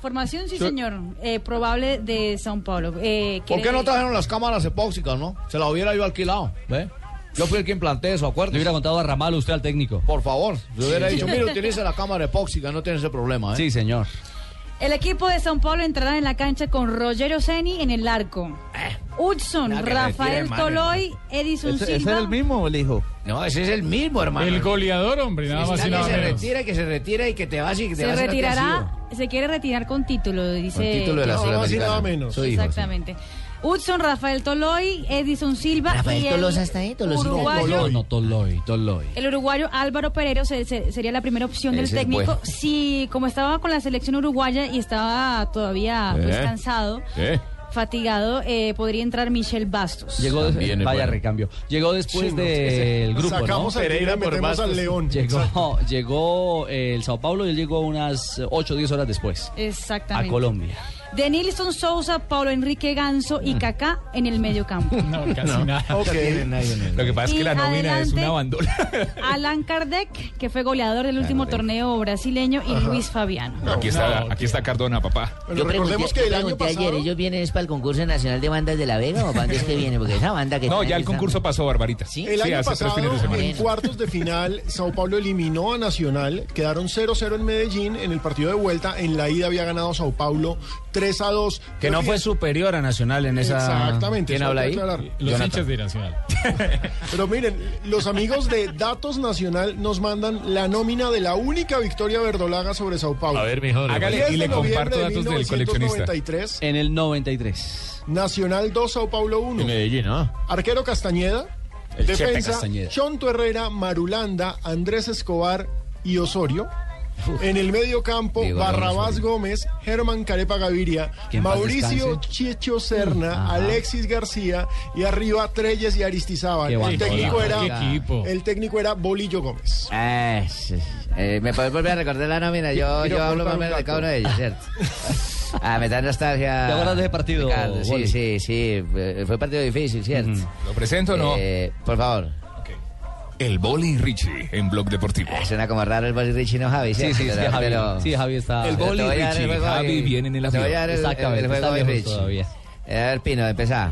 Formación, sí, señor. Eh, probable de Sao Paulo. Eh, ¿Por qué ¿cree- no trajeron las cámaras epóxicas, no? Se las hubiera yo alquilado. ¿Ve? Yo fui el quien planteé eso, Le acuerdo. hubiera contado a Ramal usted al técnico. Por favor, le hubiera Sí. dicho, mire, utilice la cámara epóxica, no tiene ese problema, ¿eh? Sí, señor. El equipo de Sao Paulo entrará en la cancha con Rogero Ceni en el arco. Hudson, no, Eh. que Rafael retire, mano, Toloy, Edison Ese, ese es Silva. el mismo, el hijo. No, ese es el mismo, hermano. El goleador, hombre, nada más Está y que nada se menos. retira, que se retira y que te vas y que te se vas a lo que has sido. retirará, se quiere retirar con título, dice. Con título de la No, Sudamericana. más y nada menos. Soy hijo, sí. Exactamente. Hudson, Rafael Toloy, Edison Silva. Rafael y el Tolosa está ahí, Tolosita. uruguayo, Toloy, no, Toloy, Toloy. el uruguayo Álvaro Pereiro se- se- sería la primera opción del Ese es técnico. bueno. Si, como estaba con la selección uruguaya y estaba todavía pues, Eh. cansado, ¿Eh? fatigado, eh, podría entrar Michel Bastos. Llegó de- También es vaya bueno. recambio. Llegó después Sí, no, del grupo, ¿no? Sacamos al Pereira, por metemos al Bastos. León. Llegó, Exacto. llegó eh, el Sao Paulo y él llegó unas 8 o 10 horas después a Exactamente. Colombia. Mm. De Nilson Sousa, Paulo Enrique Ganso y Kaká en el medio campo. No, casi nada. No tiene nadie en el- Lo que pasa es Y que la nómina es adelante- una bandola. Alan Kardec, que fue goleador del último torneo brasileño, y Luis Fabiano. Aquí está, aquí está Cardona, papá. Pero Yo pregunté, recordemos que yo el año pregunté pasado. ayer, ¿ellos vienen es para el concurso nacional de bandas de La Vega o para dónde es que viene? Porque esa banda que No, traen ya el está- concurso pasó, Barbarita. Sí. eh, El año hace tres pasado, fines de semana. en Bueno. cuartos de final, Sao Paulo eliminó a Nacional, quedaron 0-0 en Medellín en el partido de vuelta, en la ida había ganado Sao Paulo 3-2. Que no fue superior a Nacional en esa. Exactamente, ¿Quién eso habla hay ahí? que aclarar. Los hinchas de Nacional. Pero miren, los amigos de Datos Nacional nos mandan la nómina de la única victoria verdolaga sobre Sao Paulo. mejor. Hágale 10 y le de noviembre comparto de datos del coleccionista. 1993, En el 93. Nacional 2, Sao Paulo 1. Medellín, ¿no? Arquero Castañeda. El Chepe defensa Castañeda. Chonto Herrera, Marulanda, Andrés Escobar y Osorio. En el medio campo, Diego Alonso. Barrabás Gómez, Germán Carepa Gaviria, Que en paz Mauricio descanse. Chicho Serna, Ajá. Alexis García y arriba Treyes y Aristizábal. Qué El buen técnico, Qué Hola. era, equipo. el técnico era Bolillo Gómez. Ah, sí, sí. Eh, me puedes volver a recordar la nómina. Yo, Quiero yo hablo aportar más o un menos de cada dato. uno de ellos, ¿cierto? Ah, me da nostalgia. ¿Te acuerdas de ese partido, Ricardo, Sí, Boli? sí, sí. Fue un partido difícil, ¿cierto? ¿Lo presento o no? Eh, por favor. El Boli Richie en Blog Deportivo. Ah, Suena como raro el Boli Richie, ¿no, Javi? Sí, sí, sí, Pero- Javi. pero- Sí, Javi está. El Ah, Pero Boli te voy a dar el Richie, juego Javi hoy. viene en el Te voy avión. a dar el, Exactamente, el juego está de lejos Richie. todavía. Eh, A ver, Pino, empezá.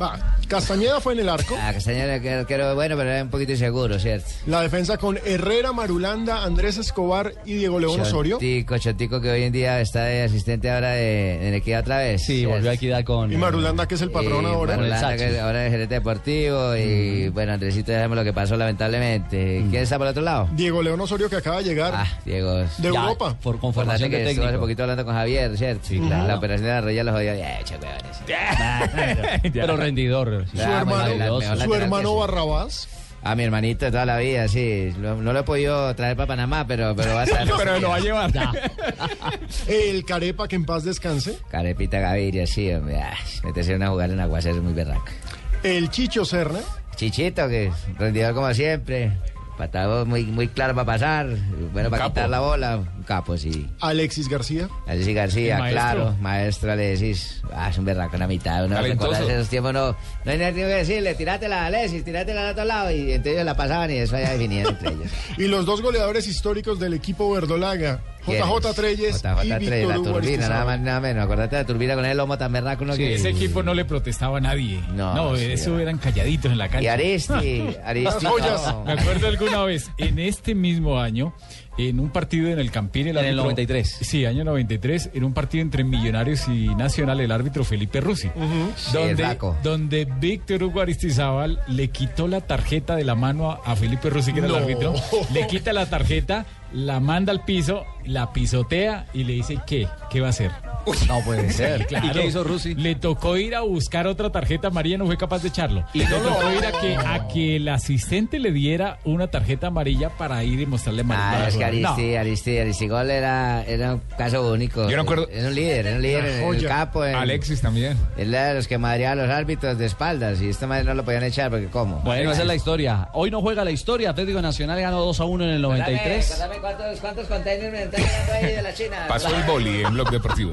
Va, Castañeda fue en el arco. Ah, Castañeda era el arquero bueno, pero era un poquito inseguro, ¿cierto? La defensa con Herrera, Marulanda, Andrés Escobar y Diego León Osorio. Chotico, Chotico, que hoy en día está de asistente ahora de, en Equidad otra vez. Sí, volvió a equidad con. Y Marulanda, que es el patrón Eh, Y ahora. Marulanda, Con el Sachi. Mm. que ahora es gerente deportivo. Y bueno, Andresito, ya sabemos lo que pasó, lamentablemente. ¿Quién está por el otro lado? Diego León Osorio, que acaba de llegar Ah, Diego. de Ya, Europa. Por Acordate conformación que de estuvo hace técnico. poquito hablando con Javier, ¿cierto? Sí, claro. La operación de la Reyes los jodió. Ya, che, huevones. Pero rendidor. Su Ah, muy hermano- habilidoso. Su Su lateral hermano derecho. Barrabás. A mi hermanito de toda la vida, sí. Lo- no lo he podido traer para Panamá, pero, pero va a estar. Pero lo va a llevar. El Carepa, que en paz descanse. Carepita Gaviria, sí, hombre. Ay, meterse una jugada en Aguacero es muy berraca. El Chicho Serna. Chichito, que es rendidor como siempre. Patado muy, muy claro para pasar. Bueno, para capo. quitar la bola. Un capo, sí. Alexis García. Alexis García, El maestro. claro. Maestro, le decís. Ah, es un berraco, una mitad. Uno Talentoso. recuerda esos tiempos, no, no hay nada que decirle. Tíratela a Alexis, tíratela al otro lado. Y entre ellos la pasaban y eso ya definían entre ellos. Y los dos goleadores históricos del equipo verdolaga. JJ Treyes JJ y Treyes, Víctor la turbina, Hugo nada más, Aristizábal. nada menos. Acordate de la turbina con el lomo tan berraco. uno que- Ese equipo no le protestaba a nadie. No, No, sí, eso era. eran calladitos en la Y cancha. Aristi, Aristi. Las joyas. no. Me acuerdo alguna vez, en este mismo año, en un partido en el Campín... En el árbitro- 93. Sí, año 93, en un partido entre Millonarios y Nacional, el árbitro Felipe Rusi. Sí, el donde, Baco. donde Víctor Hugo Aristizábal le quitó la tarjeta de la mano a, a Felipe Rusi, que era No. el árbitro. Le quita la tarjeta, la manda al piso, la pisotea y le dice, ¿qué? ¿Qué va a hacer? No puede ser. Claro. ¿Y qué hizo Rusi? Le tocó ir a buscar otra tarjeta amarilla, no fue capaz de echarlo. Y le tocó ir a que, a que el asistente le diera una tarjeta amarilla para ir y mostrarle amarilla. Ah, es que No. Aristi, Aristi, Aristigol era, era un caso único. Yo me acuerdo- Era un líder, era un líder en el joya. campo. en- Alexis también. Era de los que madreaba a los árbitros de espaldas y esta madre no lo podían echar porque ¿cómo? Bueno, esa es la historia. Hoy no juega la historia. Atlético Nacional ganó 2 a 1 en el 93. Contame, contame cuántos, cuántos containers me están llegando ahí de la China. Pasó el Boli en Blog Deportivo.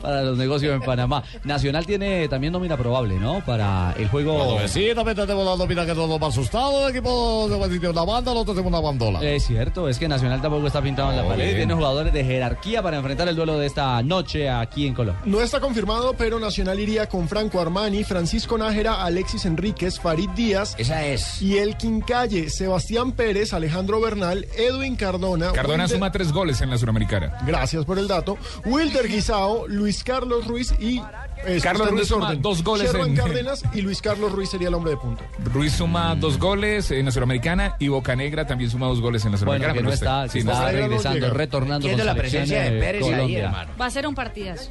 para los negocios en Panamá. Nacional tiene también nómina probable, ¿no? Para el juego. Sí, también tenemos la nómina que todos más asustado. El equipo de tiene una banda, el otro tiene una bandola. Eh. Es cierto, es que Nacional tampoco está pintado en la No, pared. Oh, bien. Tiene jugadores de jerarquía para enfrentar el duelo de esta noche aquí en Colombia. No está confirmado, pero Nacional iría con Franco Armani, Francisco Nájera, Alexis Enríquez, Farid Díaz Esa es. y el Quincalle, Sebastián Pérez, Alejandro Bernal, Edwin Cardona. Cardona Wilder- suma tres goles en la Suramericana. Gracias por el dato. Wilder Guisao, Luis Carlos Ruiz y. eh, Carlos está en Ruiz suma desorden. dos goles Sherman en- Cárdenas y Luis Carlos Ruiz sería el hombre de punta. Ruiz Mm. suma dos goles en la Suramericana y Bocanegra también suma dos goles en la Bueno, Suramericana. que no pero este, está, que sí, no está está. regresando, Llega. retornando Entiendo con la selección presencia de eh, Pérez ahí, Colombia. hermano. Va a ser un partidazo.